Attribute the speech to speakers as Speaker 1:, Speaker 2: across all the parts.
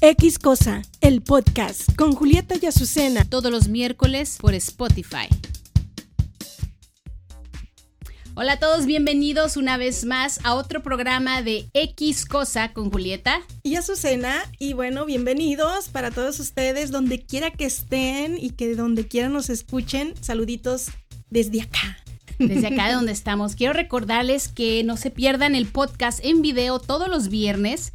Speaker 1: X Cosa, el podcast con Julieta y Azucena.
Speaker 2: todos los miércoles por Spotify. Hola a todos, bienvenidos una vez más a otro programa de X Cosa con Julieta.
Speaker 1: Y Azucena, y bueno, bienvenidos para todos ustedes, donde quiera que estén y que donde quiera nos escuchen, saluditos desde acá.
Speaker 2: Desde acá de donde estamos, quiero recordarles que no se pierdan el podcast en video todos los viernes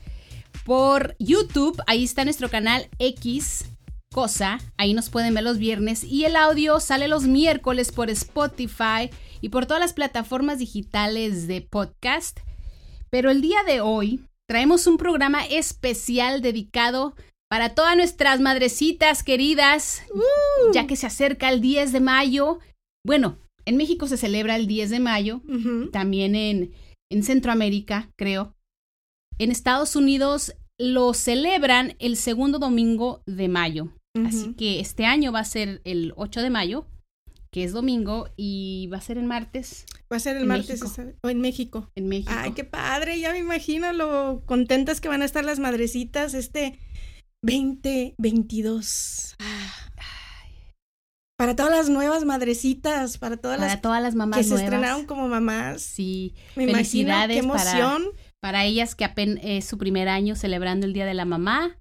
Speaker 2: por YouTube. Ahí está nuestro canal X Cosa. Ahí nos pueden ver los viernes. Y el audio sale los miércoles por Spotify y por todas las plataformas digitales de podcast. Pero el día de hoy traemos un programa especial dedicado para todas nuestras madrecitas queridas, ya que se acerca el 10 de mayo. Bueno, en México se celebra el 10 de mayo,
Speaker 1: Ujú.
Speaker 2: también en, en Centroamérica, creo. En Estados Unidos lo celebran el segundo domingo de mayo. Así
Speaker 1: Ujú.
Speaker 2: que este año va a ser el 8 de mayo, que es domingo, y va a ser en martes
Speaker 1: Va a ser el
Speaker 2: en
Speaker 1: martes
Speaker 2: México.
Speaker 1: esta- o en México.
Speaker 2: en México.
Speaker 1: Ay, qué padre, ya me imagino lo contentas que van a estar las madrecitas este 2022. Ah. Para todas las nuevas madrecitas, para todas
Speaker 2: para
Speaker 1: las
Speaker 2: todas las mamás
Speaker 1: que se
Speaker 2: nuevas.
Speaker 1: estrenaron como mamás.
Speaker 2: Sí,
Speaker 1: Me imagino qué
Speaker 2: Felicidades para-
Speaker 1: emoción.
Speaker 2: para ellas que apenas es su primer año celebrando el Día de la Mamá.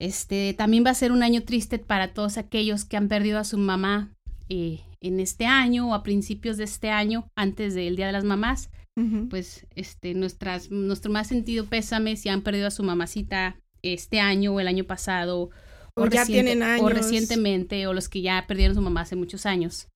Speaker 2: Este también va a ser un año triste para todos aquellos que han perdido a su mamá eh, en este año o a principios de este año, antes del Día de las Mamás.
Speaker 1: Ujú.
Speaker 2: Pues este nuestras nuestro más sentido pésame si han perdido a su mamacita este año o el año pasado
Speaker 1: O ya tienen
Speaker 2: o
Speaker 1: años.
Speaker 2: recientemente o los que ya perdieron su mamá hace muchos años.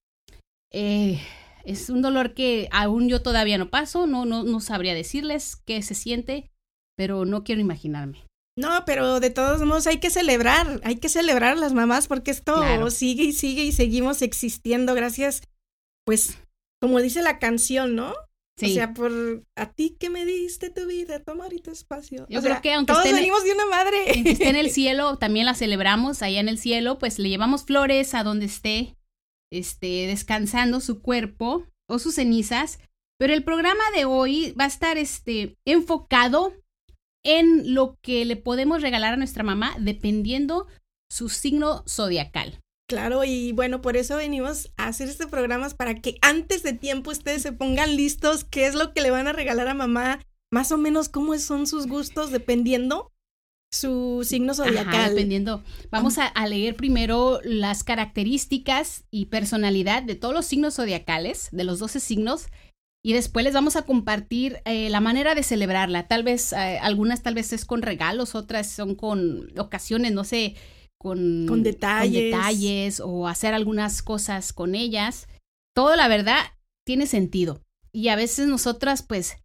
Speaker 2: Eh, es un dolor que aún yo todavía no paso, no, no, no sabría decirles qué se siente, pero no quiero imaginarme.
Speaker 1: No, pero de todos modos hay que celebrar, hay que celebrar a las mamás porque esto
Speaker 2: Claro.
Speaker 1: sigue y sigue y seguimos existiendo gracias, pues, como dice la canción, ¿no?
Speaker 2: Sí,
Speaker 1: O sea, por a ti que me diste tu vida, tu amor y tu espacio.
Speaker 2: Yo
Speaker 1: O
Speaker 2: creo
Speaker 1: sea,
Speaker 2: que aunque
Speaker 1: todos
Speaker 2: esté en-
Speaker 1: venimos de una madre.
Speaker 2: aunque esté en el cielo, también la celebramos allá en el cielo, pues le llevamos flores a donde esté, este, descansando su cuerpo o sus cenizas. Pero el programa de hoy va a estar este, enfocado en lo que le podemos regalar a nuestra mamá dependiendo su signo zodiacal.
Speaker 1: Claro, y bueno, por eso venimos a hacer este programa para que antes de tiempo ustedes se pongan listos qué es lo que le van a regalar a mamá, más o menos cómo son sus gustos dependiendo su signo zodiacal.
Speaker 2: Ajá, dependiendo. Vamos a, a leer primero las características y personalidad de todos los signos zodiacales, de los 12 signos, y después les vamos a compartir eh, la manera de celebrarla. Tal vez, eh, algunas tal vez es con regalos, otras son con ocasiones, no sé, con,
Speaker 1: Con detalles.
Speaker 2: detalles o hacer algunas cosas con ellas. Todo, la verdad, tiene sentido. Y a veces nosotras, pues,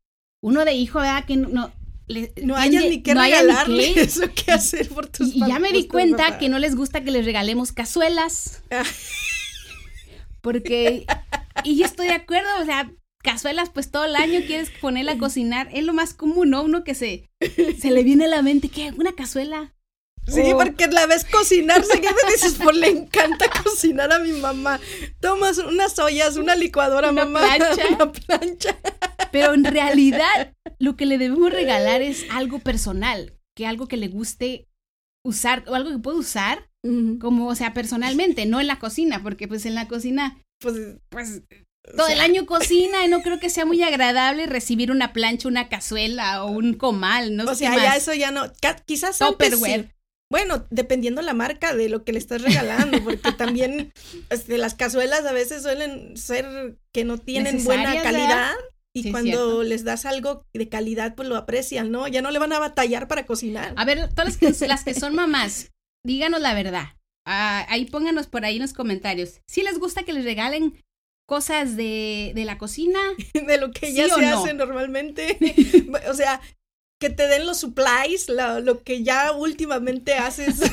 Speaker 2: uno de hijo, ¿verdad? Que no... no le-
Speaker 1: no hayas
Speaker 2: tiende-
Speaker 1: ni qué
Speaker 2: no hayan ni qué.
Speaker 1: regalarles o qué hacer por tus
Speaker 2: Y, y ya me di
Speaker 1: gustos,
Speaker 2: cuenta
Speaker 1: papá.
Speaker 2: que no les gusta que les regalemos cazuelas. Porque. Y yo estoy de acuerdo, o sea, cazuelas, pues todo el año quieres ponerla a cocinar. Es lo más común, ¿no? Uno que se, se le viene a la mente, ¿qué? ¿Una cazuela?
Speaker 1: Sí,
Speaker 2: Oh.
Speaker 1: porque la ves cocinar, seguido y dices, pues le encanta cocinar a mi mamá. Tomas unas ollas, una licuadora,
Speaker 2: Una
Speaker 1: mamá,
Speaker 2: plancha.
Speaker 1: una plancha.
Speaker 2: Pero en realidad, lo que le debemos regalar es algo personal, que algo que le guste usar, o algo que pueda usar, como, o sea, personalmente, no en la cocina, porque pues en la cocina.
Speaker 1: Pues,
Speaker 2: pues todo el año cocina y no creo que sea muy agradable recibir una plancha, una cazuela o un comal, no
Speaker 1: o
Speaker 2: sé
Speaker 1: sea,
Speaker 2: qué
Speaker 1: ya
Speaker 2: más.
Speaker 1: eso ya no. ca- Quizás antes sí.
Speaker 2: Tupperware.
Speaker 1: Bueno, dependiendo la marca de lo que le estás regalando, porque también este, las cazuelas a veces suelen ser que no tienen buena
Speaker 2: Necesarias,
Speaker 1: calidad. Y
Speaker 2: Sí, es
Speaker 1: cuando
Speaker 2: cierto.
Speaker 1: les das algo de calidad, pues lo aprecian, ¿no? Ya no le van a batallar para cocinar.
Speaker 2: A ver, todas las que, las que son mamás, díganos la verdad. Ah, ahí pónganos por ahí en los comentarios. Si les gusta que les regalen cosas de, de la cocina,
Speaker 1: de lo que
Speaker 2: ¿Sí
Speaker 1: ya
Speaker 2: o
Speaker 1: se
Speaker 2: no?
Speaker 1: hace normalmente. o sea, que te den los supplies, la- lo que ya últimamente haces.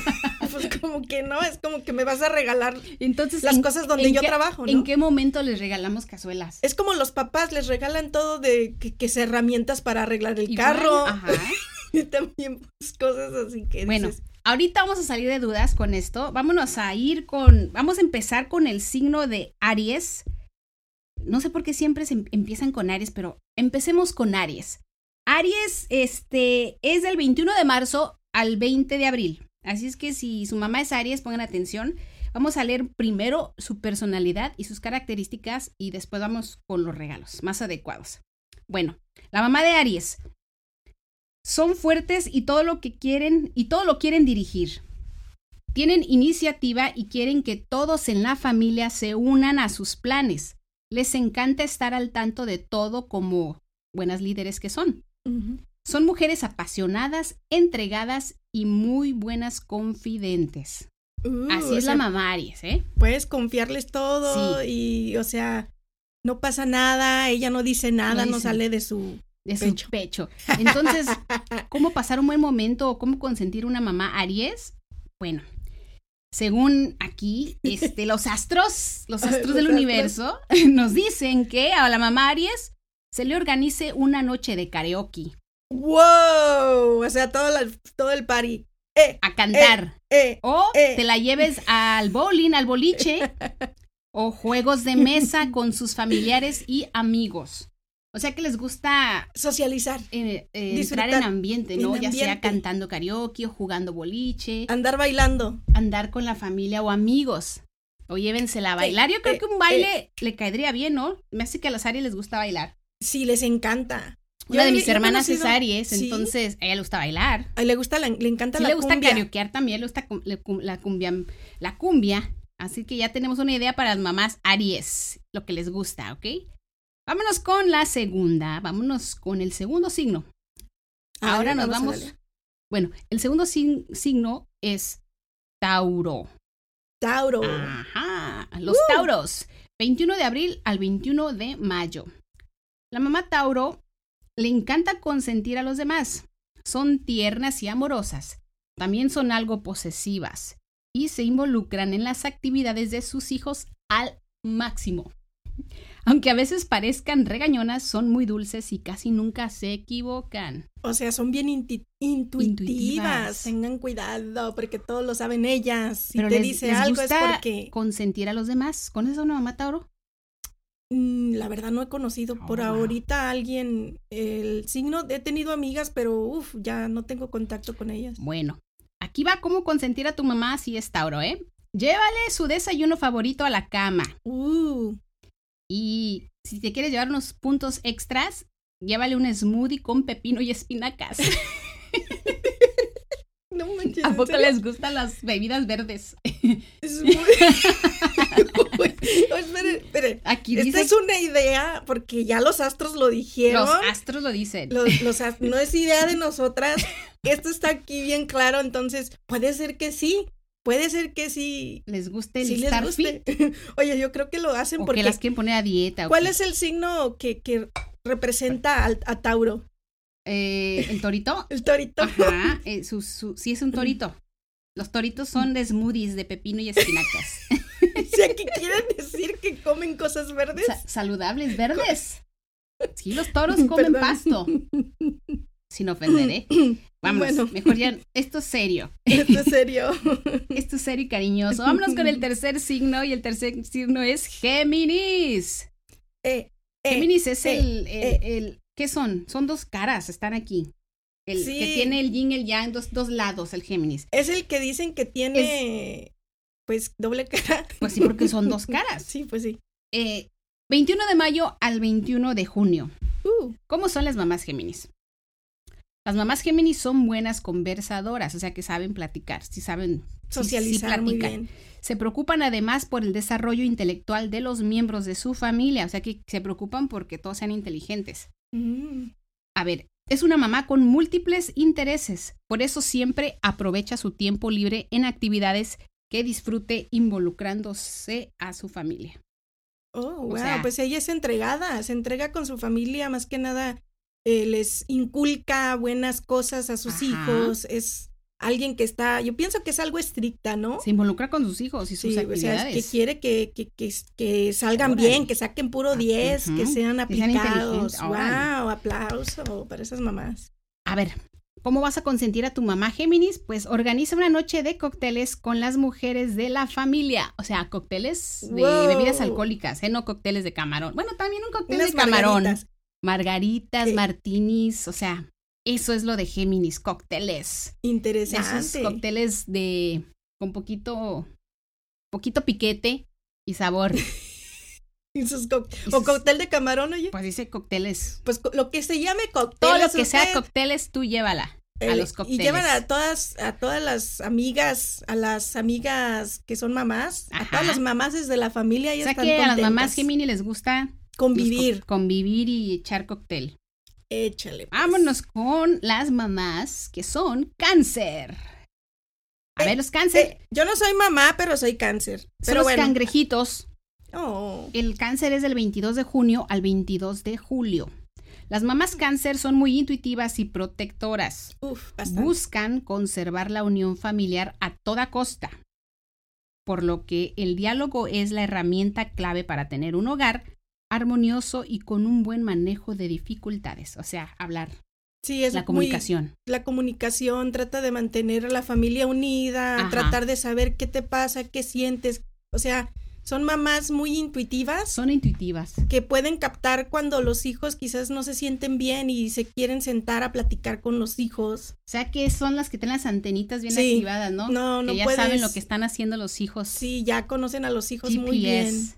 Speaker 1: pues como que no, es como que me vas a regalar
Speaker 2: entonces
Speaker 1: las
Speaker 2: ¿en-
Speaker 1: cosas donde
Speaker 2: en
Speaker 1: yo
Speaker 2: qué-
Speaker 1: trabajo, ¿no?
Speaker 2: ¿En qué momento les regalamos cazuelas?
Speaker 1: Es como los papás les regalan todo de que, que es herramientas para arreglar el
Speaker 2: Igual,
Speaker 1: carro
Speaker 2: Ajá.
Speaker 1: y también pues, cosas así que
Speaker 2: Bueno,
Speaker 1: dices,
Speaker 2: ahorita vamos a salir de dudas con esto. Vámonos a ir con. Vamos a empezar con el signo de Aries. No sé por qué siempre se em- empiezan con Aries, pero empecemos con Aries. Aries, este, es del 21 de marzo al 20 de abril. Así es que si su mamá es Aries, pongan atención. Vamos a leer primero su personalidad y sus características y después vamos con los regalos más adecuados. Bueno, la mamá de Aries. Son fuertes y todo lo que quieren y todo lo quieren dirigir. Tienen iniciativa y quieren que todos en la familia se unan a sus planes. Les encanta estar al tanto de todo como buenas líderes que son.
Speaker 1: Ujú.
Speaker 2: Son mujeres apasionadas, entregadas y muy buenas confidentes.
Speaker 1: Uh,
Speaker 2: Así
Speaker 1: o
Speaker 2: es
Speaker 1: sea,
Speaker 2: la mamá Aries, ¿eh?
Speaker 1: Puedes confiarles todo y, o sea, no pasa nada, ella no dice nada, no,
Speaker 2: dice.
Speaker 1: sale de su...
Speaker 2: De su
Speaker 1: Pecho.
Speaker 2: pecho. Entonces, ¿cómo pasar un buen momento o cómo consentir una mamá Aries? Bueno, según aquí, este, los astros, los astros
Speaker 1: Los
Speaker 2: del
Speaker 1: astros.
Speaker 2: universo, nos dicen que a la mamá Aries se le organice una noche de karaoke,
Speaker 1: ¡Wow! O sea, todo, la- todo el party. ¡Eh,
Speaker 2: a cantar.
Speaker 1: eh!
Speaker 2: O
Speaker 1: Eh.
Speaker 2: te la lleves al bowling, al boliche, o juegos de mesa con sus familiares y amigos. O sea que les gusta
Speaker 1: Socializar,
Speaker 2: eh, eh,
Speaker 1: Disfrutar
Speaker 2: entrar en ambiente, ¿no?
Speaker 1: en
Speaker 2: ya sea
Speaker 1: ambiente.
Speaker 2: cantando karaoke o jugando boliche,
Speaker 1: andar bailando.
Speaker 2: andar con la familia o amigos. O llévensela a bailar. Yo creo
Speaker 1: eh,
Speaker 2: que un baile le caería bien, ¿no? Me hace que a las Aries les gusta bailar.
Speaker 1: Sí, les encanta. Yo
Speaker 2: Una de
Speaker 1: he-
Speaker 2: mis
Speaker 1: yo he
Speaker 2: hermanas es
Speaker 1: conocido-
Speaker 2: Aries,
Speaker 1: ¿Sí?
Speaker 2: entonces a ella le gusta bailar.
Speaker 1: Ay, le gusta, la- le encanta
Speaker 2: Sí
Speaker 1: la
Speaker 2: le gusta
Speaker 1: cumbia.
Speaker 2: karaokear también, le gusta cum- le cum- la cumbia, la cumbia. Así que ya tenemos una idea para las mamás Aries, lo que les gusta, ¿ok? Vámonos con la segunda, vámonos con el segundo signo.
Speaker 1: A ver,
Speaker 2: Ahora nos
Speaker 1: a
Speaker 2: vamos.
Speaker 1: darle.
Speaker 2: Bueno, el segundo sin- signo es Tauro.
Speaker 1: Tauro.
Speaker 2: Ah. Ajá, los Tauros. 21 de abril al 21 de mayo. La mamá Tauro le encanta consentir a los demás. Son tiernas y amorosas. También son algo posesivas y se involucran en las actividades de sus hijos al máximo. Aunque a veces parezcan regañonas, son muy dulces y casi nunca se equivocan.
Speaker 1: O sea, son bien inti- intuitivas.
Speaker 2: Intuitivas.
Speaker 1: Tengan cuidado, porque todos lo saben ellas. Si
Speaker 2: Pero
Speaker 1: te
Speaker 2: les-
Speaker 1: dice
Speaker 2: les
Speaker 1: algo es
Speaker 2: gusta
Speaker 1: porque
Speaker 2: Consentir a los demás. ¿Conoces a una mamá Tauro?
Speaker 1: mm, la verdad no he conocido por
Speaker 2: Ahora.
Speaker 1: ahorita a alguien el signo. He tenido amigas, pero uff, ya no tengo contacto con ellas.
Speaker 2: Bueno, aquí va cómo consentir a tu mamá si es Tauro, ¿eh? Llévale su desayuno favorito a la cama.
Speaker 1: Uh,
Speaker 2: Y si te quieres llevar unos puntos extras, llévale un smoothie con pepino y espinacas.
Speaker 1: no manches.
Speaker 2: ¿A
Speaker 1: ¿en
Speaker 2: poco
Speaker 1: serio?
Speaker 2: les gustan las bebidas verdes?
Speaker 1: Es muy- Uy, espere, espere.
Speaker 2: Aquí
Speaker 1: Esta
Speaker 2: dice
Speaker 1: es una idea, porque ya los astros lo
Speaker 2: que
Speaker 1: dijeron.
Speaker 2: los astros lo dicen.
Speaker 1: Los, los as- no es idea de nosotras. Esto está aquí bien claro, entonces puede ser que sí. Puede ser que sí.
Speaker 2: ¿Les gusta el
Speaker 1: Sí les
Speaker 2: estar
Speaker 1: guste.
Speaker 2: fit?
Speaker 1: Oye, yo creo que lo hacen
Speaker 2: ¿O
Speaker 1: porque.
Speaker 2: que ah, las quieren poner a dieta? o
Speaker 1: ¿Cuál
Speaker 2: qué?
Speaker 1: es el signo que, que representa al, a Tauro?
Speaker 2: Eh, ¿El torito?
Speaker 1: El torito.
Speaker 2: Ajá, eh, su- su- sí es un torito. Los toritos son de smoothies de pepino y espinacas.
Speaker 1: Si aquí quieren decir que comen cosas verdes.
Speaker 2: Sa- saludables, verdes. Sí, los toros comen
Speaker 1: Perdón.
Speaker 2: pasto. Sin ofender, ¿eh? Vamos,
Speaker 1: Bueno.
Speaker 2: mejor ya. Esto es serio.
Speaker 1: Esto es serio.
Speaker 2: Esto es serio y cariñoso. Vámonos con el tercer signo y el tercer signo es Géminis.
Speaker 1: Eh, eh,
Speaker 2: Géminis es
Speaker 1: eh,
Speaker 2: el, el,
Speaker 1: eh.
Speaker 2: el- ¿Qué son? Son dos caras, están aquí. El
Speaker 1: Sí.
Speaker 2: que tiene el yin y el yang, dos, dos lados, el Géminis.
Speaker 1: Es el que dicen que tiene. Pues doble cara.
Speaker 2: Pues sí, porque son dos caras.
Speaker 1: Sí, pues sí.
Speaker 2: Eh, 21 de mayo al 21 de junio.
Speaker 1: Uh,
Speaker 2: ¿Cómo son las mamás Géminis? Las mamás Géminis son buenas conversadoras, o sea que saben platicar, sí saben, sí- sí
Speaker 1: socializar muy
Speaker 2: platican.
Speaker 1: bien.
Speaker 2: Se preocupan además por el desarrollo intelectual de los miembros de su familia, o sea que se preocupan porque todos sean inteligentes.
Speaker 1: Mm.
Speaker 2: A ver, es una mamá con múltiples intereses, por eso siempre aprovecha su tiempo libre en actividades que disfrute involucrándose a su familia.
Speaker 1: Oh, wow,
Speaker 2: sea-
Speaker 1: pues ella es entregada, se entrega con su familia, más que nada eh, les inculca buenas cosas a sus
Speaker 2: Ajá.
Speaker 1: hijos, es alguien que está, yo pienso que es algo estricta, ¿no?
Speaker 2: Se involucra con sus hijos y sus
Speaker 1: Sí, o
Speaker 2: actividades.
Speaker 1: sea, es que quiere que, que, que, que salgan
Speaker 2: Órale.
Speaker 1: bien, que saquen puro
Speaker 2: Ah,
Speaker 1: 10, que
Speaker 2: ujú,
Speaker 1: sean
Speaker 2: que sean
Speaker 1: aplicados.
Speaker 2: inteligentes, órale.
Speaker 1: wow, aplauso para esas mamás.
Speaker 2: A ver, ¿cómo vas a consentir a tu mamá Géminis? Pues organiza una noche de cócteles con las mujeres de la familia. O sea, cócteles de
Speaker 1: Wow.
Speaker 2: bebidas alcohólicas, ¿eh? No cócteles de camarón. Bueno, también un cóctel
Speaker 1: Unas
Speaker 2: de camarón.
Speaker 1: margaritas.
Speaker 2: Margaritas,
Speaker 1: Sí.
Speaker 2: martinis, o sea, Eso es lo de Géminis, cócteles. Esos
Speaker 1: Interesante.
Speaker 2: cócteles de con poquito poquito piquete y sabor.
Speaker 1: Y sus cóct-
Speaker 2: Y
Speaker 1: o
Speaker 2: sus-
Speaker 1: cóctel de camarón, oye.
Speaker 2: Pues dice cócteles.
Speaker 1: Pues co- lo que se llame cóctel.
Speaker 2: Todo lo
Speaker 1: es
Speaker 2: que sea
Speaker 1: usted,
Speaker 2: cócteles tú llévala a
Speaker 1: eh,
Speaker 2: los
Speaker 1: Y
Speaker 2: cócteles.
Speaker 1: llevan a todas, a todas las amigas, a las amigas que son mamás, a
Speaker 2: Ajá.
Speaker 1: todas las mamases de la familia.
Speaker 2: O
Speaker 1: Ellas
Speaker 2: sea
Speaker 1: están
Speaker 2: que a las mamás
Speaker 1: contentas.
Speaker 2: Gemini les gusta los co-
Speaker 1: Convivir.
Speaker 2: convivir y echar cóctel.
Speaker 1: Échale. pues.
Speaker 2: Vámonos con las mamás que son cáncer. A
Speaker 1: Eh,
Speaker 2: ver, los cáncer
Speaker 1: Eh, yo no soy mamá, pero soy cáncer.
Speaker 2: son
Speaker 1: Pero
Speaker 2: los
Speaker 1: bueno.
Speaker 2: cangrejitos.
Speaker 1: Oh,
Speaker 2: El cáncer es del 22 de junio al 22 de julio. Las mamás cáncer son muy intuitivas y protectoras.
Speaker 1: uf, bastante.
Speaker 2: Buscan conservar la unión familiar a toda costa, por lo que el diálogo es la herramienta clave para tener un hogar armonioso y con un buen manejo de dificultades, o sea, hablar,
Speaker 1: sí, es
Speaker 2: la
Speaker 1: muy-
Speaker 2: comunicación.
Speaker 1: la comunicación, trata de mantener a la familia unida,
Speaker 2: Ajá.
Speaker 1: tratar de saber qué te pasa, qué sientes. O sea, son mamás muy intuitivas
Speaker 2: Son intuitivas.
Speaker 1: que pueden captar cuando los hijos quizás no se sienten bien y se quieren sentar a platicar con los hijos.
Speaker 2: O sea, que son las que tienen las antenitas bien
Speaker 1: Sí.
Speaker 2: activadas, ¿no?
Speaker 1: No,
Speaker 2: que
Speaker 1: no
Speaker 2: ya
Speaker 1: puedes.
Speaker 2: saben lo que están haciendo los hijos.
Speaker 1: Sí, ya conocen a los hijos muy
Speaker 2: GPS.
Speaker 1: bien.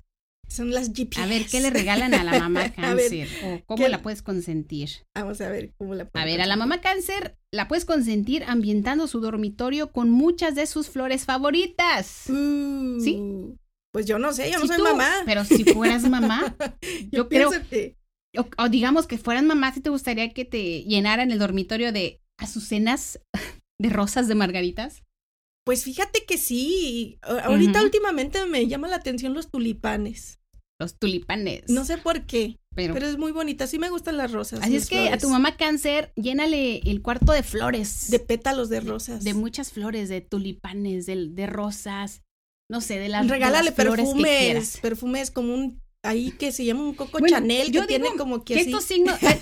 Speaker 1: Son las GPS.
Speaker 2: A ver, ¿qué le regalan a la mamá
Speaker 1: A ver,
Speaker 2: cáncer? ¿O cómo
Speaker 1: ¿qué-
Speaker 2: la puedes consentir?
Speaker 1: Vamos a ver cómo la
Speaker 2: A ver, a la mamá cáncer la puedes consentir ambientando su dormitorio con muchas de sus flores favoritas.
Speaker 1: Uh,
Speaker 2: ¿Sí?
Speaker 1: Pues yo no sé, yo no
Speaker 2: Si
Speaker 1: soy
Speaker 2: tú-
Speaker 1: mamá.
Speaker 2: Pero si fueras mamá, yo creo,
Speaker 1: pienso que
Speaker 2: o, o digamos que fueras mamá, si te gustaría que te llenaran el dormitorio de azucenas de rosas de margaritas.
Speaker 1: Pues fíjate que sí. A- Ahorita
Speaker 2: Ujú.
Speaker 1: últimamente me llama la atención los tulipanes.
Speaker 2: Los tulipanes.
Speaker 1: No sé por qué,
Speaker 2: pero,
Speaker 1: pero es muy bonita. Sí me gustan las rosas.
Speaker 2: así
Speaker 1: las
Speaker 2: es que a
Speaker 1: flores.
Speaker 2: tu mamá cáncer, llénale el cuarto de flores.
Speaker 1: De pétalos de rosas.
Speaker 2: de muchas flores, de tulipanes, de, de rosas, no sé, de las, de
Speaker 1: Regálale
Speaker 2: las flores que
Speaker 1: perfumes.
Speaker 2: quieras.
Speaker 1: perfumes como un. Ahí que se llama un Coco
Speaker 2: Bueno,
Speaker 1: Chanel,
Speaker 2: yo
Speaker 1: que tiene
Speaker 2: digo
Speaker 1: como que
Speaker 2: Que
Speaker 1: así.
Speaker 2: estos signos eh,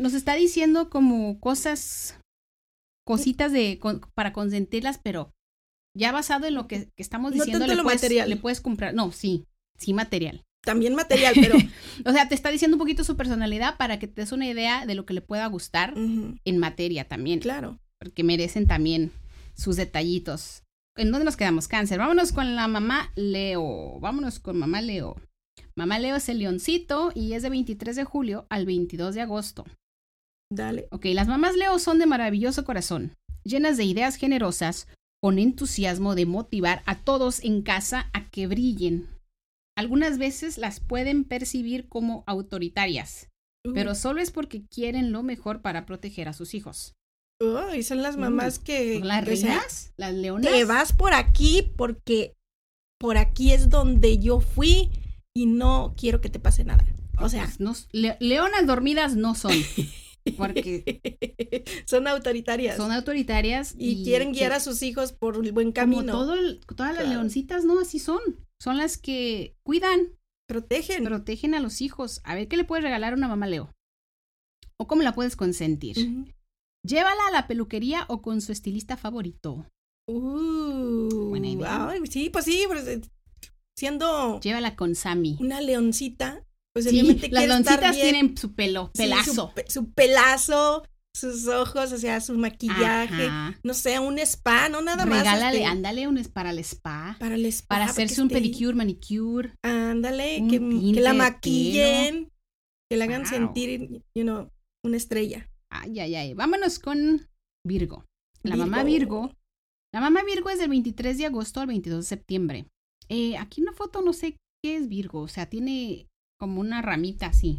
Speaker 2: nos está diciendo como cosas, cositas de con- para consentirlas, pero ya basado en lo que, que estamos
Speaker 1: No
Speaker 2: diciendo,
Speaker 1: tanto
Speaker 2: le,
Speaker 1: lo
Speaker 2: puedes,
Speaker 1: material.
Speaker 2: le puedes comprar, no, sí, sí material.
Speaker 1: También material, pero.
Speaker 2: O sea, te está diciendo un poquito su personalidad para que te des una idea de lo que le pueda gustar
Speaker 1: Ujú,
Speaker 2: en materia también,
Speaker 1: claro.
Speaker 2: porque merecen también sus detallitos. ¿En dónde nos quedamos? Cáncer. Vámonos con la mamá Leo. Vámonos con mamá Leo. Mamá Leo es el leoncito y es de 23 de julio al 22 de agosto.
Speaker 1: Dale.
Speaker 2: Ok, las mamás Leo son de maravilloso corazón, llenas de ideas generosas, con entusiasmo de motivar a todos en casa a que brillen. Algunas veces las pueden percibir como autoritarias,
Speaker 1: Uh,
Speaker 2: pero solo es porque quieren lo mejor para proteger a sus hijos.
Speaker 1: oh, y son las mamás que.
Speaker 2: ¿Son Mm, ¿Las
Speaker 1: que se-
Speaker 2: reinas? ¿Las leonas?
Speaker 1: te vas por aquí porque por aquí es donde yo fui y no quiero que te pase nada. O sea,
Speaker 2: Pues no- le- leonas dormidas no son, porque
Speaker 1: son autoritarias
Speaker 2: son autoritarias
Speaker 1: y, quieren guiar
Speaker 2: que-
Speaker 1: a sus hijos por el buen
Speaker 2: como
Speaker 1: camino.
Speaker 2: todo el- todas las
Speaker 1: Claro.
Speaker 2: leoncitas, no, así son. Son las que cuidan,
Speaker 1: Protegen.
Speaker 2: protegen a los hijos. A ver, ¿qué le puedes regalar a una mamá Leo? ¿O cómo la puedes consentir? Llévala a la peluquería o con su estilista favorito.
Speaker 1: Ujú. Uh,
Speaker 2: Buena idea.
Speaker 1: ay, sí, pues sí, pues, eh, siendo
Speaker 2: Llévala con Sammy.
Speaker 1: una leoncita, pues
Speaker 2: Sí,
Speaker 1: obviamente
Speaker 2: las
Speaker 1: quiere estar
Speaker 2: leoncitas
Speaker 1: bien.
Speaker 2: tienen su pelo,
Speaker 1: Sí,
Speaker 2: pelazo.
Speaker 1: su, pe- su pelazo, sus ojos, o sea, su maquillaje,
Speaker 2: Ajá.
Speaker 1: no sé, un spa, no nada más.
Speaker 2: Regálale,
Speaker 1: este,
Speaker 2: ándale un es para el spa.
Speaker 1: para el spa,
Speaker 2: Para
Speaker 1: que
Speaker 2: hacerse un
Speaker 1: esté-
Speaker 2: pedicure, manicure.
Speaker 1: Ándale,
Speaker 2: Un
Speaker 1: que,
Speaker 2: tinte
Speaker 1: que la
Speaker 2: de
Speaker 1: maquillen, que la hagan
Speaker 2: Wow.
Speaker 1: sentir, you know, una estrella.
Speaker 2: Ay, ay, ay. Vámonos con Virgo. La mamá
Speaker 1: Virgo.
Speaker 2: Virgo. La mamá Virgo es del 23 de agosto al 22 de septiembre. Eh, aquí en la foto no sé qué es Virgo. O sea, tiene como una ramita así.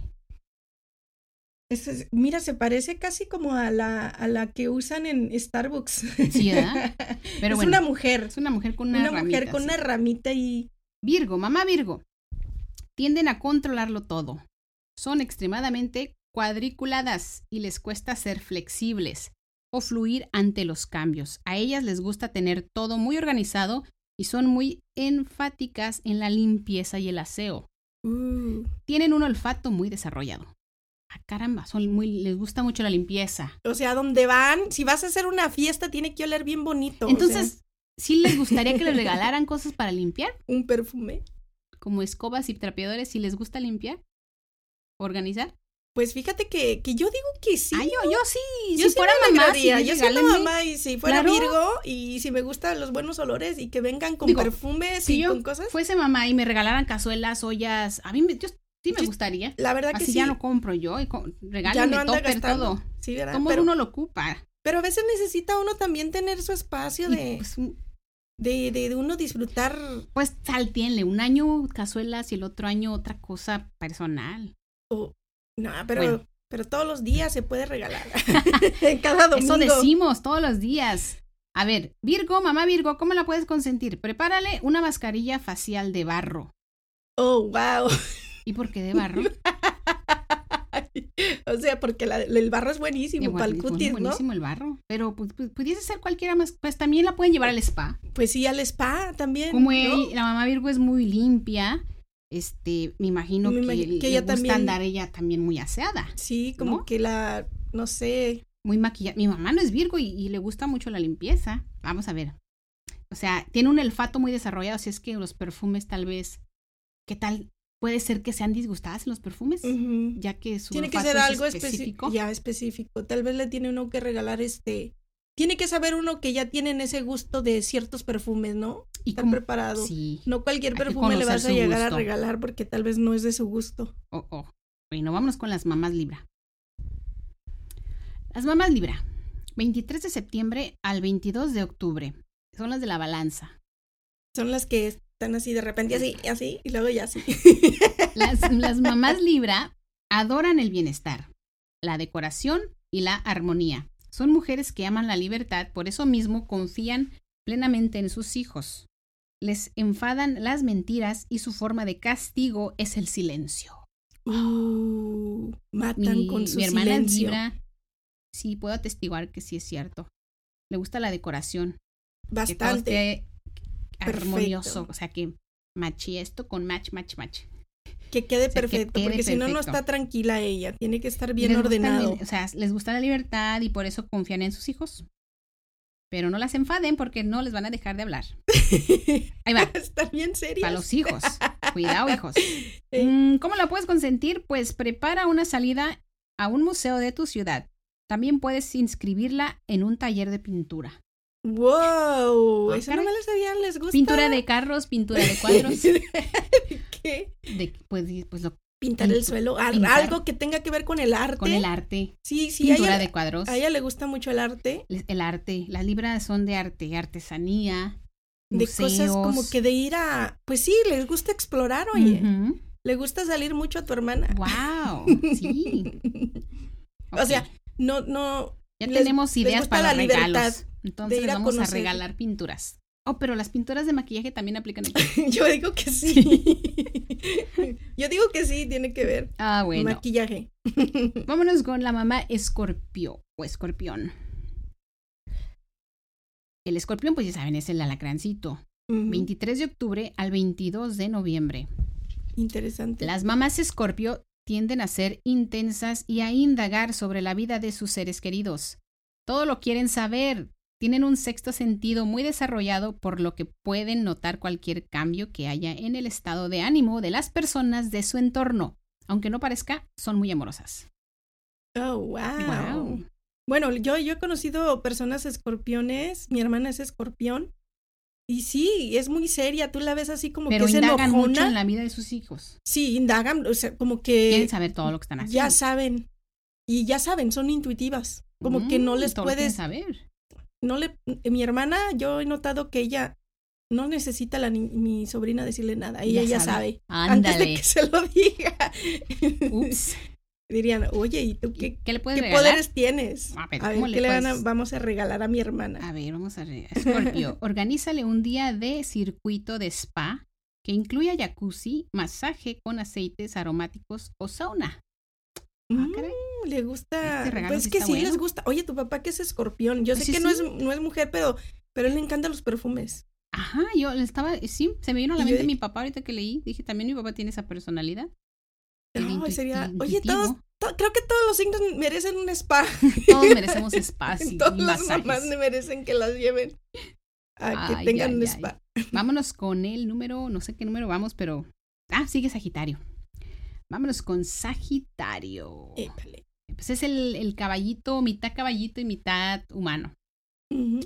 Speaker 1: Ese es- mira, se parece casi como a la, a la que usan en Starbucks.
Speaker 2: Sí, ¿verdad? Pero
Speaker 1: es
Speaker 2: bueno,
Speaker 1: una mujer,
Speaker 2: es una mujer con una,
Speaker 1: una,
Speaker 2: ramita.
Speaker 1: mujer con
Speaker 2: sí.
Speaker 1: una ramita y
Speaker 2: Virgo, mamá Virgo. Tienden a controlarlo todo. Son extremadamente cuadriculadas y les cuesta ser flexibles o fluir ante los cambios. A ellas les gusta tener todo muy organizado y son muy enfáticas en la limpieza y el aseo.
Speaker 1: uh,
Speaker 2: Tienen un olfato muy desarrollado. Ah, caramba, son muy, les gusta mucho la limpieza.
Speaker 1: o sea, donde van, si vas a hacer una fiesta, tiene que oler bien bonito. o sea,
Speaker 2: Entonces, ¿sí les gustaría que les regalaran cosas para limpiar?
Speaker 1: un perfume.
Speaker 2: como escobas y trapeadores si les gusta limpiar, organizar.
Speaker 1: Pues fíjate que, que yo digo que sí.
Speaker 2: Ah, yo, yo sí.
Speaker 1: Yo
Speaker 2: si
Speaker 1: sí
Speaker 2: fuera
Speaker 1: me
Speaker 2: mamá, sí,
Speaker 1: alegraría, yo siendo
Speaker 2: regálenme.
Speaker 1: mamá y si fuera
Speaker 2: Claro.
Speaker 1: Virgo y si me gustan los buenos olores y que vengan con
Speaker 2: Digo,
Speaker 1: perfumes
Speaker 2: si
Speaker 1: y
Speaker 2: yo
Speaker 1: con cosas,
Speaker 2: fuese mamá y me regalaran cazuelas, ollas, a mí me, yo, sí me
Speaker 1: Yo-
Speaker 2: gustaría.
Speaker 1: la verdad que
Speaker 2: Así
Speaker 1: sí.
Speaker 2: ya no compro yo y co-
Speaker 1: ya
Speaker 2: regálenme
Speaker 1: no anda
Speaker 2: topper,
Speaker 1: gastando.
Speaker 2: todo.
Speaker 1: Sí, ¿verdad?
Speaker 2: Como
Speaker 1: Pero,
Speaker 2: uno lo ocupa.
Speaker 1: pero a veces necesita uno también tener su espacio
Speaker 2: Y,
Speaker 1: de,
Speaker 2: pues, un-
Speaker 1: de, de, de uno disfrutar.
Speaker 2: pues saltienle un año cazuelas y el otro año otra cosa personal.
Speaker 1: No, pero,
Speaker 2: Bueno.
Speaker 1: pero todos los días se puede regalar. en cada domingo.
Speaker 2: Eso decimos todos los días. A ver, Virgo, mamá Virgo, ¿cómo la puedes consentir? Prepárale una mascarilla facial de barro.
Speaker 1: Oh, wow.
Speaker 2: ¿Y por qué de barro?
Speaker 1: o sea, porque la- el barro es buenísimo
Speaker 2: Igual,
Speaker 1: para el
Speaker 2: bueno,
Speaker 1: cutis, ¿no?
Speaker 2: buenísimo el barro. Pero pues, pues, pudiese ser cualquiera más. Pues también la pueden llevar al spa.
Speaker 1: Pues sí, al spa también.
Speaker 2: Como
Speaker 1: ¿no?
Speaker 2: ella- la mamá Virgo es muy limpia, este, me imagino
Speaker 1: Me
Speaker 2: que,
Speaker 1: imagi-
Speaker 2: le
Speaker 1: que ella
Speaker 2: gusta
Speaker 1: también-
Speaker 2: andar ella también muy aseada,
Speaker 1: Sí, como
Speaker 2: ¿no?
Speaker 1: que la, no sé,
Speaker 2: muy maquillada. Mi mamá no es Virgo y, y le gusta mucho la limpieza. Vamos a ver. O sea, tiene un olfato muy desarrollado, así es que los perfumes tal vez, ¿qué tal? Puede ser que sean disgustadas en los perfumes,
Speaker 1: ujú.
Speaker 2: ya que su
Speaker 1: tiene que
Speaker 2: olfato
Speaker 1: ser
Speaker 2: es
Speaker 1: algo específico. Ya específico. Tal vez le tiene uno que regalar este. Tiene que saber uno que ya tienen ese gusto de ciertos perfumes, ¿no?
Speaker 2: y
Speaker 1: Estar
Speaker 2: como-
Speaker 1: preparado.
Speaker 2: sí.
Speaker 1: No cualquier
Speaker 2: Hay que
Speaker 1: perfume le
Speaker 2: conocer
Speaker 1: vas a
Speaker 2: su
Speaker 1: llegar a
Speaker 2: gusto.
Speaker 1: regalar porque tal vez no es de su gusto.
Speaker 2: Oh, oh. Bueno, vámonos con las mamás Libra. Las mamás Libra, 23 de septiembre al 22 de octubre. Son las de la balanza.
Speaker 1: Son las que están así de repente, así, así, y luego ya así.
Speaker 2: Las, las mamás Libra adoran el bienestar, la decoración y la armonía. Son mujeres que aman la libertad, por eso mismo confían plenamente en sus hijos. Les enfadan las mentiras y su forma de castigo es el silencio.
Speaker 1: Uh, matan
Speaker 2: mi,
Speaker 1: con su
Speaker 2: mi hermana es
Speaker 1: silencio.
Speaker 2: Libra. Sí, puedo atestiguar que sí es cierto. Le gusta la decoración. Que todo
Speaker 1: Bastante.
Speaker 2: esté armonioso. O sea, que machi esto con match, match, match.
Speaker 1: Que quede
Speaker 2: sea, que
Speaker 1: perfecto,
Speaker 2: quede
Speaker 1: porque si no, no
Speaker 2: perfecto.
Speaker 1: está tranquila ella. Tiene que estar bien
Speaker 2: Les gusta el-
Speaker 1: ordenado.
Speaker 2: o sea, les gusta la libertad y por eso confían en sus hijos. Pero no las enfaden porque no les van a dejar de hablar. Ahí va.
Speaker 1: Están bien serias.
Speaker 2: Para los hijos. Cuidado, hijos.
Speaker 1: Ey.
Speaker 2: Mm, ¿Cómo la puedes consentir? Pues prepara una salida a un museo de tu ciudad. También puedes inscribirla en un taller de pintura.
Speaker 1: ¡Wow!
Speaker 2: Ah,
Speaker 1: eso
Speaker 2: caray.
Speaker 1: no me lo sabían, les gusta.
Speaker 2: Pintura de carros, pintura de cuadros.
Speaker 1: ¿Qué?
Speaker 2: de- pues, y- pues lo-
Speaker 1: Pintar el
Speaker 2: Pintu-
Speaker 1: suelo, al-
Speaker 2: pintar.
Speaker 1: algo que tenga que ver con el arte.
Speaker 2: con el arte.
Speaker 1: Sí, sí, a
Speaker 2: Pintura
Speaker 1: ella,
Speaker 2: de cuadros.
Speaker 1: a ella le gusta mucho el arte.
Speaker 2: les- El arte. Las libras son de arte, artesanía.
Speaker 1: De cosas como
Speaker 2: museos.
Speaker 1: que de ir a. Pues sí, les gusta explorar, oye.
Speaker 2: Ujú.
Speaker 1: Le gusta salir mucho a tu hermana.
Speaker 2: Wow, sí.
Speaker 1: O sea,
Speaker 2: Ok,
Speaker 1: No, no.
Speaker 2: ya
Speaker 1: les-
Speaker 2: tenemos
Speaker 1: les
Speaker 2: ideas
Speaker 1: gusta
Speaker 2: para
Speaker 1: la
Speaker 2: los
Speaker 1: libertad
Speaker 2: regalos. Entonces
Speaker 1: ir a
Speaker 2: vamos a
Speaker 1: conocer.
Speaker 2: regalar pinturas. Oh, pero las pinturas de maquillaje también aplican aquí.
Speaker 1: Yo digo que sí. Yo digo que sí, tiene que ver.
Speaker 2: Ah, bueno.
Speaker 1: Maquillaje.
Speaker 2: Vámonos con la mamá escorpio o escorpión. El escorpión, pues ya saben, es el alacrancito.
Speaker 1: Ujú,
Speaker 2: 23 de octubre al 22 de noviembre.
Speaker 1: Interesante.
Speaker 2: Las mamás escorpio tienden a ser intensas y a indagar sobre la vida de sus seres queridos. Todo lo quieren saber. Tienen un sexto sentido muy desarrollado por lo que pueden notar cualquier cambio que haya en el estado de ánimo de las personas de su entorno. Aunque no parezca, son muy amorosas.
Speaker 1: Oh, wow.
Speaker 2: Guau.
Speaker 1: Bueno, yo, yo he conocido personas escorpiones, mi hermana es escorpión, y sí, es muy seria, tú la ves así como
Speaker 2: Pero
Speaker 1: que es
Speaker 2: indagan
Speaker 1: enojona.
Speaker 2: mucho en la vida de sus hijos.
Speaker 1: Sí, indagan, o sea, como
Speaker 2: Quieren
Speaker 1: que
Speaker 2: saber todo lo que están haciendo.
Speaker 1: ya saben, y ya saben, son intuitivas, como que no
Speaker 2: Mm,
Speaker 1: les
Speaker 2: todo lo quieren
Speaker 1: puedes,
Speaker 2: saber.
Speaker 1: no le, eh, mi hermana, yo he notado que ella no necesita la ni- mi sobrina decirle nada, ella
Speaker 2: Ya
Speaker 1: ya
Speaker 2: sabe.
Speaker 1: sabe, antes de
Speaker 2: Ándale.
Speaker 1: que se lo diga,
Speaker 2: Ups.
Speaker 1: dirían, oye, ¿y tú qué,
Speaker 2: ¿Qué le puedes
Speaker 1: qué
Speaker 2: regalar?
Speaker 1: poderes tienes?
Speaker 2: A ver,
Speaker 1: A ver,
Speaker 2: ¿cómo
Speaker 1: ¿qué
Speaker 2: le
Speaker 1: le van a-
Speaker 2: puedes-
Speaker 1: vamos a regalar a mi hermana?
Speaker 2: A ver, vamos a re- Scorpio, organízale un día de circuito de spa que incluya jacuzzi, masaje con aceites aromáticos o sauna. Ah, caray.
Speaker 1: Mm, le gusta.
Speaker 2: Este regalo
Speaker 1: pues
Speaker 2: sí
Speaker 1: es que
Speaker 2: está
Speaker 1: sí les
Speaker 2: bueno.
Speaker 1: gusta. Oye, tu papá que es escorpión. Yo
Speaker 2: Pues
Speaker 1: sé
Speaker 2: sí,
Speaker 1: que No, es,
Speaker 2: sí.
Speaker 1: no es mujer, pero, pero él le encantan los perfumes.
Speaker 2: Ajá, yo le estaba, sí, se me vino a la
Speaker 1: Y yo
Speaker 2: mente
Speaker 1: dije-
Speaker 2: mi papá ahorita que leí, dije, también mi papá tiene esa personalidad. El
Speaker 1: No,
Speaker 2: intu-
Speaker 1: sería.
Speaker 2: el
Speaker 1: Oye,
Speaker 2: intuitivo.
Speaker 1: todos, to- creo que todos los signos merecen un spa.
Speaker 2: Todos merecemos spa y
Speaker 1: todas las
Speaker 2: masajes.
Speaker 1: mamás merecen que las lleven a que
Speaker 2: Ay,
Speaker 1: tengan
Speaker 2: ay,
Speaker 1: un
Speaker 2: ay.
Speaker 1: spa.
Speaker 2: Vámonos con el número, no sé qué número vamos, pero... Ah, sigue Sagitario. Vámonos con Sagitario.
Speaker 1: Épale.
Speaker 2: Pues es el, el caballito, mitad caballito y mitad humano.
Speaker 1: Ujú.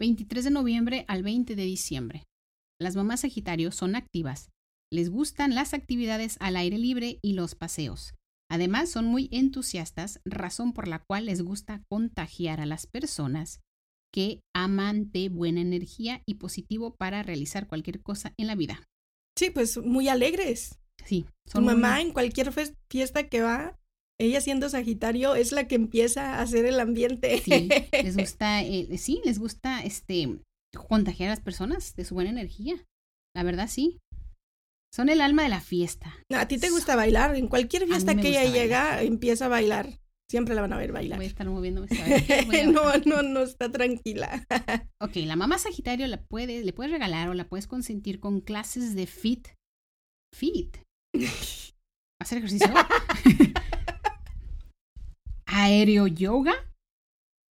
Speaker 2: 23 de noviembre al 20 de diciembre. Las mamás Sagitario son activas. Les gustan las actividades al aire libre y los paseos. Además, son muy entusiastas, razón por la cual les gusta contagiar a las personas que aman de buena energía y positivo para realizar cualquier cosa en la vida.
Speaker 1: Sí, pues muy alegres.
Speaker 2: Sí,
Speaker 1: Tu
Speaker 2: son muy-
Speaker 1: mamá en cualquier fes- fiesta que va, ella siendo Sagitario es la que empieza a hacer el ambiente.
Speaker 2: Sí, les gusta, eh, sí, les gusta este contagiar a las personas de su buena energía. La verdad, sí. Son el alma de la fiesta.
Speaker 1: a ti te gusta bailar, en cualquier
Speaker 2: mí
Speaker 1: fiesta
Speaker 2: me
Speaker 1: que ella
Speaker 2: gusta
Speaker 1: llega empieza a bailar. Siempre la van a ver bailar.
Speaker 2: Voy a estar moviéndome. ¿sabes qué? Voy a-
Speaker 1: no, no, no está tranquila.
Speaker 2: Ok, la mamá Sagitario la puede, le puedes regalar o la puedes consentir con clases de fit. Fit. ¿Hacer ejercicio? Aéreo yoga.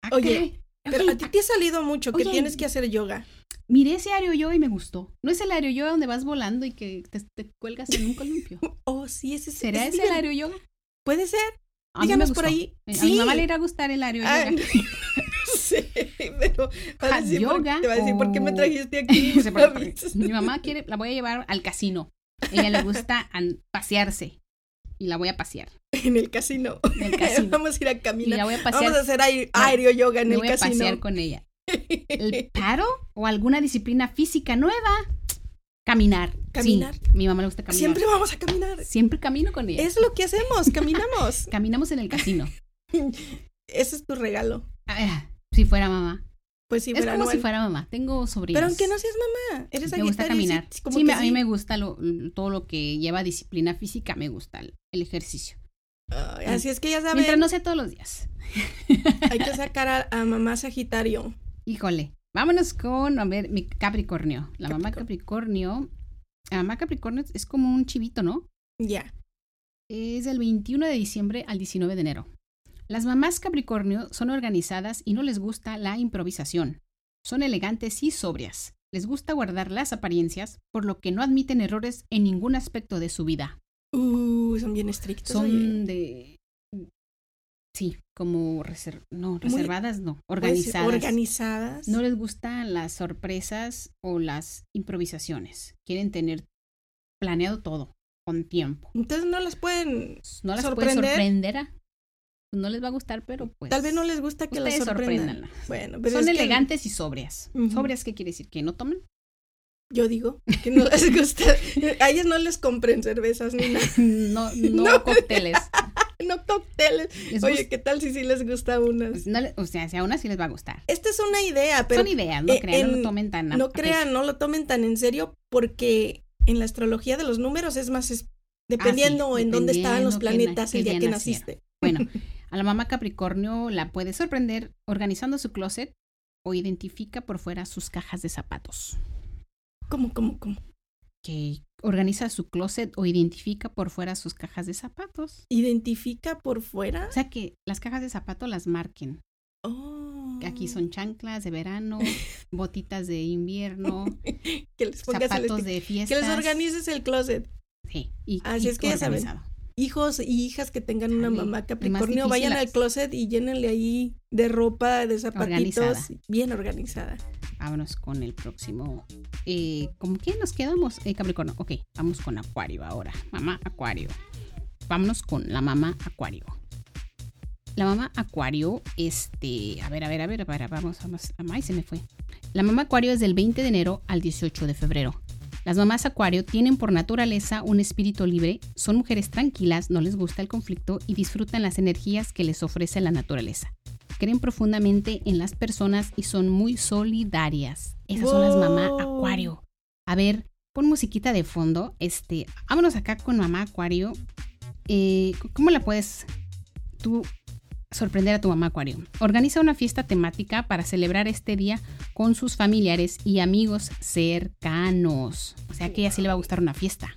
Speaker 2: Ah, ¿A
Speaker 1: Oye,
Speaker 2: qué?
Speaker 1: Pero
Speaker 2: Ok,
Speaker 1: a ti te ha salido mucho que
Speaker 2: Oye,
Speaker 1: tienes
Speaker 2: y-
Speaker 1: que hacer yoga.
Speaker 2: ah, Miré ese aéreo yoga y me gustó. ¿No es el aéreo yoga donde vas volando y que te, te cuelgas en un columpio?
Speaker 1: Oh, sí, ese es-
Speaker 2: ¿Será
Speaker 1: es
Speaker 2: ese el
Speaker 1: bien-
Speaker 2: aéreo yoga?
Speaker 1: Puede ser.
Speaker 2: A mí me
Speaker 1: Díganos por
Speaker 2: gustó. Eh,
Speaker 1: ahí.
Speaker 2: A
Speaker 1: sí.
Speaker 2: mi mamá le irá a gustar el aéreo
Speaker 1: Ah,
Speaker 2: yoga.
Speaker 1: sí, pero va a
Speaker 2: Hot
Speaker 1: decir, por-
Speaker 2: yoga
Speaker 1: te va a decir por qué me
Speaker 2: o-
Speaker 1: trajiste aquí.
Speaker 2: No sé por qué,
Speaker 1: ¿sabes?
Speaker 2: porque Mi mamá quiere, la voy a llevar al casino. Ella le gusta an- pasearse. Y la voy a pasear
Speaker 1: en el casino.
Speaker 2: en el casino.
Speaker 1: Vamos a ir a
Speaker 2: Y
Speaker 1: caminar.
Speaker 2: la voy a
Speaker 1: Vamos a
Speaker 2: pasear.
Speaker 1: hacer aire- aéreo yoga en
Speaker 2: Me
Speaker 1: el
Speaker 2: voy a pasear
Speaker 1: casino.
Speaker 2: con ella. ¿El paro o alguna disciplina física nueva? Caminar. Sí,
Speaker 1: Caminar.
Speaker 2: mi mamá le gusta caminar.
Speaker 1: Siempre vamos a caminar.
Speaker 2: Siempre camino con ella.
Speaker 1: Es lo que hacemos, caminamos.
Speaker 2: Caminamos en el casino.
Speaker 1: Ese es tu regalo.
Speaker 2: Ah, si fuera mamá.
Speaker 1: Pues sí,
Speaker 2: es
Speaker 1: verano,
Speaker 2: como si
Speaker 1: bueno.
Speaker 2: fuera mamá. Tengo sobrinos.
Speaker 1: Pero aunque no seas mamá, eres
Speaker 2: me gusta
Speaker 1: Sagitario y sí,
Speaker 2: caminar.
Speaker 1: sí,
Speaker 2: Sí,
Speaker 1: como
Speaker 2: me-
Speaker 1: que
Speaker 2: a mí
Speaker 1: sí.
Speaker 2: me gusta lo- mm, todo lo que lleva disciplina física. Me gusta el, el ejercicio.
Speaker 1: Ay, así es que ya saben,
Speaker 2: Mientras no sea todos los días.
Speaker 1: hay que sacar a, a mamá Sagitario.
Speaker 2: Híjole, vámonos con, a ver, mi Capricornio. La mamá Capricornio, la mamá Capricornio es como un chivito, ¿no?
Speaker 1: Ya.
Speaker 2: Es del 21 de diciembre al 19 de enero. Las mamás Capricornio son organizadas y no les gusta la improvisación. Son elegantes y sobrias. Les gusta guardar las apariencias, por lo que no admiten errores en ningún aspecto de su vida.
Speaker 1: Uh, son bien estrictos. oye.
Speaker 2: Son de... Sí, como reser- no, reservadas, no,
Speaker 1: Puedes decir,
Speaker 2: organizadas.
Speaker 1: Pues Organizadas.
Speaker 2: No les gustan las sorpresas o las improvisaciones. Quieren tener planeado todo con tiempo.
Speaker 1: Entonces no las pueden.
Speaker 2: No las
Speaker 1: Sorprender.
Speaker 2: puede sorprender. a- No les va a gustar, pero pues.
Speaker 1: Tal vez no les gusta que las
Speaker 2: ustedes
Speaker 1: sorprendan.
Speaker 2: sorpréndanla.
Speaker 1: Bueno, pero
Speaker 2: Son
Speaker 1: es que
Speaker 2: elegantes y sobrias.
Speaker 1: Ujú.
Speaker 2: ¿Sobrias qué quiere decir? ¿Que no toman?
Speaker 1: yo digo que no les gusta. A ellas no les compren cervezas ni nada,
Speaker 2: No, no, cócteles.
Speaker 1: no cócteles.
Speaker 2: Les
Speaker 1: Oye,
Speaker 2: gust-
Speaker 1: ¿qué tal si sí les gusta unas?
Speaker 2: no le- o sea, si a una sí les va a gustar.
Speaker 1: Esta es una idea, pero
Speaker 2: Son ideas, no
Speaker 1: eh,
Speaker 2: crean, no
Speaker 1: en-
Speaker 2: lo tomen tan a-
Speaker 1: no
Speaker 2: a pecho.
Speaker 1: crean, no lo tomen tan en serio porque en la astrología de los números es más es- dependiendo en dónde estaban los
Speaker 2: dependiendo qué na-
Speaker 1: planetas
Speaker 2: qué
Speaker 1: el día
Speaker 2: día
Speaker 1: que
Speaker 2: nacieron.
Speaker 1: naciste.
Speaker 2: Bueno, a la mamá Capricornio la puede sorprender organizando su closet o identifica por fuera sus cajas de zapatos.
Speaker 1: ¿Cómo, cómo, cómo?
Speaker 2: Que organiza su closet o identifica por fuera sus cajas de zapatos.
Speaker 1: Identifica por fuera.
Speaker 2: O sea que las cajas de zapatos las marquen.
Speaker 1: Oh.
Speaker 2: Aquí son chanclas de verano, botitas de invierno,
Speaker 1: Pues que les pongas el
Speaker 2: zapatos
Speaker 1: esti-
Speaker 2: de
Speaker 1: que
Speaker 2: fiestas.
Speaker 1: les organices el closet.
Speaker 2: Sí, y,
Speaker 1: Así
Speaker 2: y
Speaker 1: es que ya saben.
Speaker 2: organizado.
Speaker 1: Hijos y hijas que tengan una
Speaker 2: Ándale,
Speaker 1: mamá
Speaker 2: el
Speaker 1: Capricornio,
Speaker 2: más difícil
Speaker 1: vayan
Speaker 2: a-
Speaker 1: al closet y llénenle ahí de ropa, de zapatitos,
Speaker 2: Organizada.
Speaker 1: bien organizada.
Speaker 2: Vámonos con el próximo. Eh, ¿Con qué nos quedamos? Eh, Capricornio. Ok, vamos con Acuario ahora. Mamá Acuario. Vámonos con la mamá Acuario. La mamá Acuario, este. A ver, a ver, a ver, a ver, vamos, vamos. Ay, se me fue. La mamá Acuario es del 20 de enero al 18 de febrero. Las mamás Acuario tienen por naturaleza un espíritu libre, son mujeres tranquilas, no les gusta el conflicto y disfrutan las energías que les ofrece la naturaleza creen profundamente en las personas y son muy solidarias. Esas son las mamá
Speaker 1: Wow.
Speaker 2: Acuario. A ver, pon musiquita de fondo. Este, vámonos acá con mamá Acuario. Eh, ¿Cómo la puedes tú sorprender a tu mamá Acuario? Organiza una fiesta temática para celebrar este día con sus familiares y amigos cercanos. O sea que a ella sí le va a gustar una fiesta.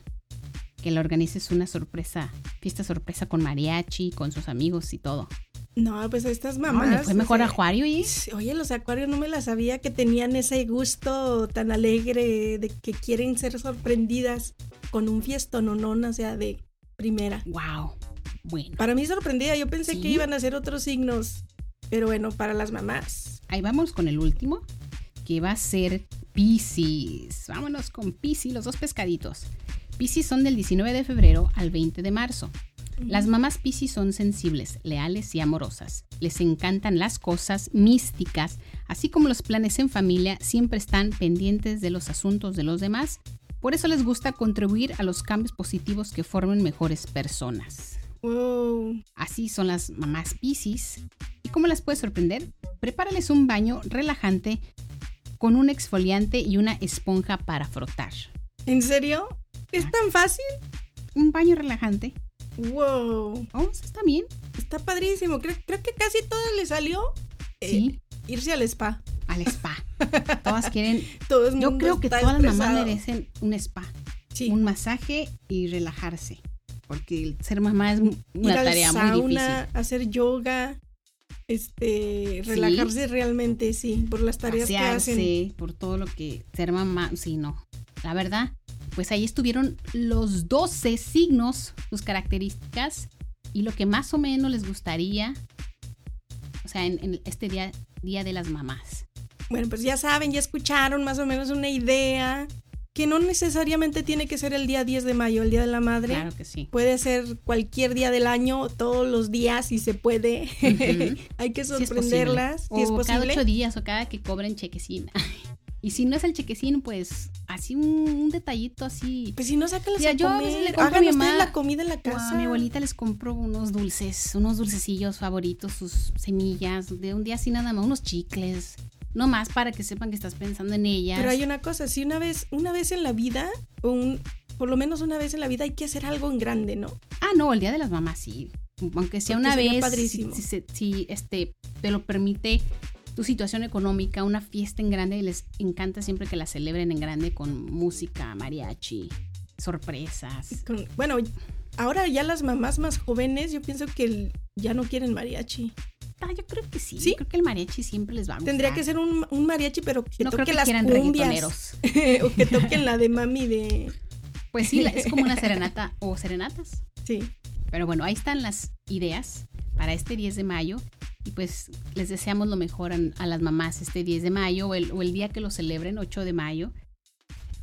Speaker 2: Que la organices una sorpresa, fiesta sorpresa con mariachi, con sus amigos y todo.
Speaker 1: No, pues a estas
Speaker 2: No,
Speaker 1: mamás.
Speaker 2: le fue
Speaker 1: o
Speaker 2: mejor
Speaker 1: sea,
Speaker 2: a Acuario y
Speaker 1: Sí, Oye, los acuarios no me la sabía que tenían ese gusto tan alegre de que quieren ser sorprendidas con un fiestón, o no, o sea, de primera.
Speaker 2: Wow. Bueno,
Speaker 1: Para mí sorprendida, yo pensé
Speaker 2: Sí.
Speaker 1: que iban a ser otros signos. Pero bueno, para las mamás.
Speaker 2: ahí vamos con el último, que va a ser Pisces. Vámonos con Pisces, los dos pescaditos. Pisces son del 19 de febrero al 20 de marzo. Las mamás Piscis son sensibles, leales y amorosas. Les encantan las cosas místicas, así como los planes en familia, siempre están pendientes de los asuntos de los demás. Por eso les gusta contribuir a los cambios positivos que formen mejores personas.
Speaker 1: Wow.
Speaker 2: Así son las mamás Piscis. ¿Y cómo las puedes sorprender? Prepárales un baño relajante con un exfoliante y una esponja para frotar.
Speaker 1: ¿En serio?
Speaker 2: Ah.
Speaker 1: ¿Es tan fácil?
Speaker 2: Un baño relajante.
Speaker 1: Wow.
Speaker 2: Oh, eso está bien.
Speaker 1: Está padrísimo. Creo, creo que casi todo le salió eh,
Speaker 2: Sí,
Speaker 1: irse al spa.
Speaker 2: al spa. Todas quieren
Speaker 1: Todo el
Speaker 2: Yo
Speaker 1: mundo
Speaker 2: creo que
Speaker 1: está
Speaker 2: todas las mamás
Speaker 1: estresado.
Speaker 2: merecen un spa,
Speaker 1: Sí.
Speaker 2: un masaje y relajarse. Porque el ser mamá es un-
Speaker 1: ir
Speaker 2: una
Speaker 1: al
Speaker 2: tarea muy difícil.
Speaker 1: sauna, hacer yoga, este, relajarse realmente, sí, por las tareas que hacen.
Speaker 2: Pasearse, por todo lo que ser mamá, sí, no. La verdad, pues ahí estuvieron los 12 signos, sus características y lo que más o menos les gustaría, o sea, en, en este día, día de las mamás.
Speaker 1: Bueno, pues ya saben, ya escucharon más o menos una idea que no necesariamente tiene que ser el día 10 de mayo, el Día de la Madre.
Speaker 2: Claro que sí.
Speaker 1: Puede ser cualquier día del año, todos los días si se puede.
Speaker 2: Ujú.
Speaker 1: Hay que
Speaker 2: Si es posible.
Speaker 1: sorprenderlas si
Speaker 2: o
Speaker 1: es posible.
Speaker 2: cada ocho días o cada que cobren chequecín. y si no es el chequecín, pues así un, un detallito así.
Speaker 1: Pues si no, sácalas
Speaker 2: Mira,
Speaker 1: a
Speaker 2: yo a
Speaker 1: comer.
Speaker 2: veces le compro a
Speaker 1: Hagan
Speaker 2: mi
Speaker 1: ustedes
Speaker 2: mamá
Speaker 1: la comida en la
Speaker 2: O
Speaker 1: casa.
Speaker 2: a mi abuelita les compro unos dulces, unos dulcecillos favoritos, sus semillas, de un día así nada más, unos chicles. No más para que sepan que estás pensando en ellas.
Speaker 1: Pero hay una cosa, si una vez, una vez en la vida, o un, por lo menos una vez en la vida hay que hacer algo en grande, ¿no?
Speaker 2: Ah, no, el día de las mamás sí. Aunque sea
Speaker 1: Porque
Speaker 2: una
Speaker 1: sería
Speaker 2: vez,
Speaker 1: padrísimo.
Speaker 2: si, si se- si, este, te lo permite tu situación económica, una fiesta en grande, y les encanta siempre que la celebren en grande con música, mariachi, sorpresas.
Speaker 1: Con- bueno, ahora ya las mamás más jóvenes, yo pienso que el- ya no quieren mariachi.
Speaker 2: Ah, yo creo que sí,
Speaker 1: ¿Sí?
Speaker 2: yo creo que el mariachi siempre les va a gustar.
Speaker 1: Tendría que ser un, un mariachi, pero que
Speaker 2: No creo
Speaker 1: toque
Speaker 2: que
Speaker 1: las
Speaker 2: quieran
Speaker 1: cumbias.
Speaker 2: reggaetoneros.
Speaker 1: o que toquen la de mami de...
Speaker 2: Pues sí, la- es como una serenata o serenatas.
Speaker 1: Sí.
Speaker 2: Pero bueno, ahí están las ideas para este 10 de mayo. Y pues les deseamos lo mejor a, a las mamás este 10 de mayo o el, o el día que lo celebren, 8 de mayo.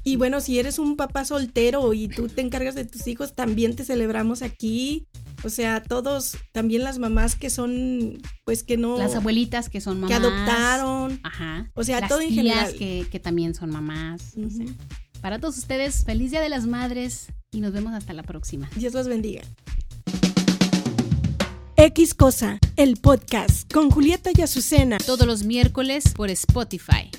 Speaker 1: Y bueno, si eres un papá soltero y tú te encargas de tus hijos, también te celebramos aquí. O sea, todos, también las mamás que son, pues que no,
Speaker 2: Las abuelitas que son mamás. Ah,
Speaker 1: que adoptaron.
Speaker 2: Ajá.
Speaker 1: O sea,
Speaker 2: Las
Speaker 1: todo en
Speaker 2: tías
Speaker 1: general.
Speaker 2: Que, que también son mamás. O sea,
Speaker 1: Ujú.
Speaker 2: Para todos ustedes, feliz Día de las Madres y nos vemos hasta la próxima.
Speaker 1: Dios los bendiga. X Cosa, el podcast con Julieta y Azucena.
Speaker 2: Todos los miércoles por Spotify.